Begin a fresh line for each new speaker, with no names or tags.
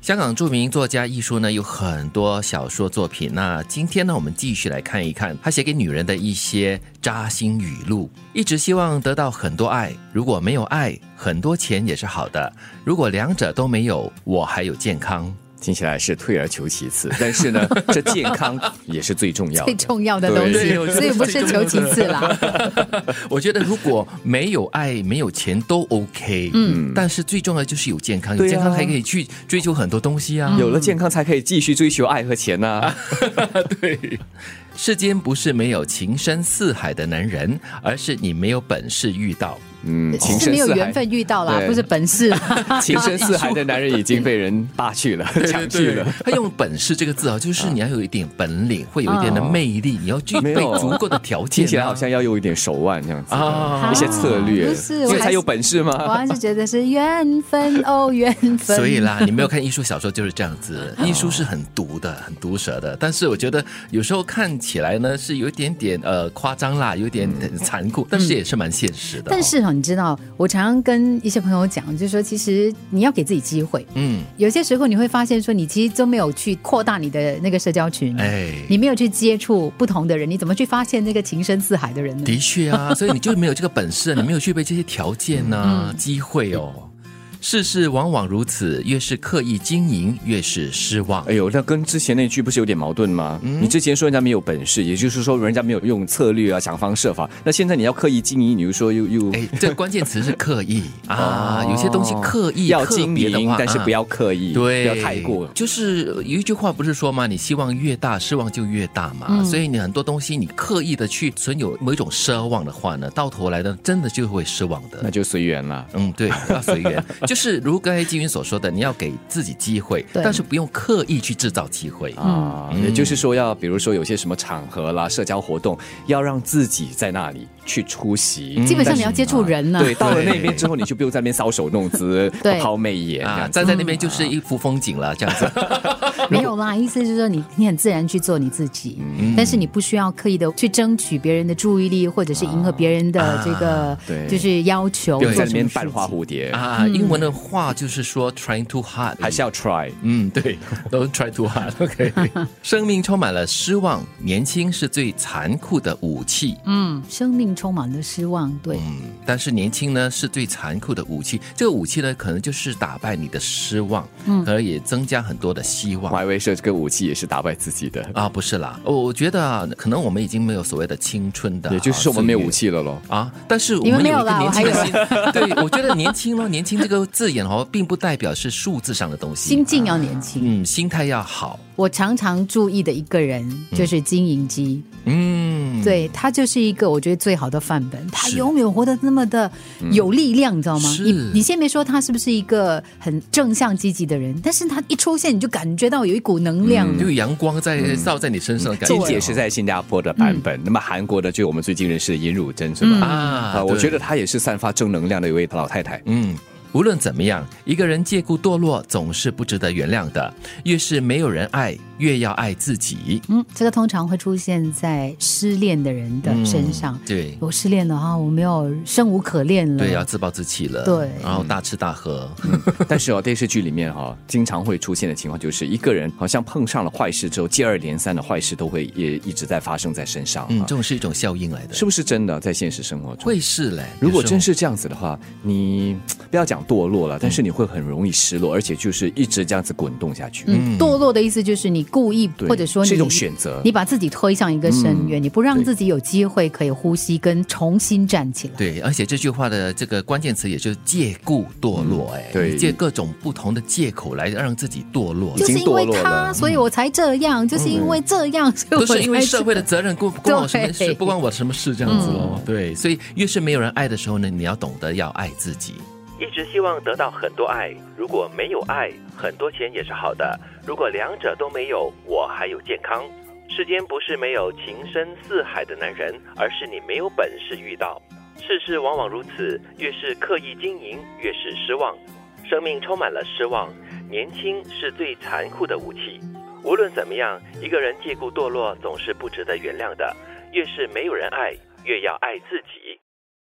香港著名作家艺术呢有很多小说作品，那今天呢我们继续来看一看他写给女人的一些扎心语录。一直希望得到很多爱，如果没有爱，很多钱也是好的；如果两者都没有，我还有健康。
听起来是退而求其次，但 是呢，这健康也是最重要的。
最重要的东西
对我，觉得
所以不是求其次啦。
我觉得如果没有爱、没有钱都 OK，嗯，但是最重要的就是有健康，有
对啊嗯
健康才可以去追求很多东西啊。
有了健康，才可以继续追求爱和钱啊呐、
对， 世间不是没有情深似海的男人，而是你没有本事遇到。
嗯，情
是
深
没有
似
缘
海，
分遇到啦，
对
不是本事 啦。
情深似海的男人已经被人霸去了， 抢去了。，
他用“本事”这个字啊，就是你要有一点本领，会有一点的魅力，你要具备
哦没有
足够的条件、啊。
听起来好像要有一点手腕这样子
啊
的，一些策略，
不是我
所以
还
才
是
有本事
我
吗？
还是觉得是缘分哦，缘分。
所以啦，你没有看艺术小说就是这样子，艺术是很毒的，很毒舌的。但是我觉得有时候看起来呢，是有一点点呃夸张啦，有一点点残
嗯
酷，但是也是蛮现实的哦、
但是哈、你知道，我常常跟一些朋友讲，就是说，其实你要给自己机会。
嗯，
有些时候你会发现，说你其实都没有去扩大你的那个社交
嗯
群，
哎，
你没有去接触不同的人，你怎么去发现那个情深似海的人呢？
的确啊，所以你就没有这个本事，你没有具备这些条件呢、
嗯
机会哦。世事往往如此，越是刻意经营，越是失望
哎。呦，那跟之前那句不是有点矛盾吗？
嗯
你之前说人家没有本事，也就是说人家没有用策略啊、想方设法。那现在你要刻意经营，你又说又又
哎，这关键词是刻意啊，有些东西刻意
哦要
特
经
别的
营
话，
但是不
啊
要刻意，
对，
不要太过。
就是有一句话不是说嘛，你希望越大，失望就越大嘛。所以你很多东西，你刻意的去存有某一种奢望的话呢，到头来呢，真的就会失望
那
的。
就随缘啦。
嗯，对，要随缘。就是如刚才金云所说的，你要给自己机会，
对
但是不用刻意去制造机会。
啊，
嗯
也就是说要，比如说有些什么场合啦、社交活动，要让自己在那里去出
嗯
席。
基本上
但是
你要接
啊
触人呢、、
对，到了那边之后，你就不用在那边搔首弄姿
对
抛媚眼这
啊，
样子。嗯
站在那边就是一幅风景了，这样子。
没有啦，意思就是说你你很自然去做你自己，但是你不需要刻意的去争取别人的注意力，或者是迎合别人的这个、
对
就是要求，
不
做
用在那
什
边
么事
扮花
情。
蝴蝶，
啊，英文的话就是说 trying too hard，
还是要 try。
嗯，对，Don't try too hard。OK，生命充满了失望，年轻是最残酷的武器。
嗯，生命充满了失望，对，
嗯，但是年轻呢是最残酷的武器。这个武器呢，可能就是打败你的失望，嗯，可能也增加很多的希望
我。还以为是这个武器也是打败自己的，
啊，不是啦，我我觉得啊，可能我们已经没有所谓的青春的啊，
也就是说我们没有
岁月
武器了咯。
啊，但是我
你
们
们没
有一
有
个
啦
年
我还
轻的心，对我觉得年轻咯， 年轻这个字眼哦，并不代表是数字上的东西，
心境要啊年轻。
嗯，心态要好，
我常常注意的一个人就是金银姬，
嗯，
对他就是一个我觉得最好的范本，他
是
永远活得那么的有力量，你知道吗？
是
你你先别说他是不是一个很正向积极的人，但是他一出现你就感觉到有一股能量，
就有阳光在照在你身上的
嗯
感觉
金
哦，
姐是在新加坡的版本，那么韩国的就我们最近认识的尹汝贞是吧？
啊
啊，我
对
觉得她也是散发正能量的一位老太太。
嗯，无论怎么样，一个人借故堕落总是不值得原谅的。越是没有人爱，越要爱自己。
嗯，这个通常会出现在失恋的人的身
嗯
上。
嗯对
我失恋了啊，我没有生无可恋了。
对，要自暴自弃了。
对
然后大吃大喝。嗯
但是哦，电视剧里面哈、经常会出现的情况就是，一个人好像碰上了坏事之后，接二连三的坏事都会也一直在发生在身上、啊。
嗯，这种是一种效应来的，
是不是真的？在现实生活中，
会是嘞。
如果
有时候
真是这样子的话，你嘖不要讲堕落
嗯
了，但是你会很容易失落，而且就是一直这样子滚动下去。
嗯，堕落的意思就是你故意，
对
或者说你
是一种选择嗯
你把自己推向一个深渊，你不让
对
自己有机会可以呼吸跟重新站起来。
对，而且这句话的这个关键词也就是借故堕落，哎、
嗯对
你借各种不同的借口来让自己堕落，
就是因为
已经堕落
他，
了嗯
所以我才这样，就是因为这样，所
都
以我才
是因为社会的责任，不不关我什么事，
对
不关我什么事这样子哦。对，所以越是没有人爱的时候呢，你要懂得要爱自己。一直希望得到很多爱，如果没有爱，很多钱也是好的。如果两者都没有，我还有健康。世间不是没有情深似海的男人，而是你没有本事遇到。世事往往如此，越是刻意经营，越是失望。生命充满了失望，年轻是最残酷的武器。无论怎么样，一个人借故堕落总是不值得原谅的。越是没有人爱，越要爱自己。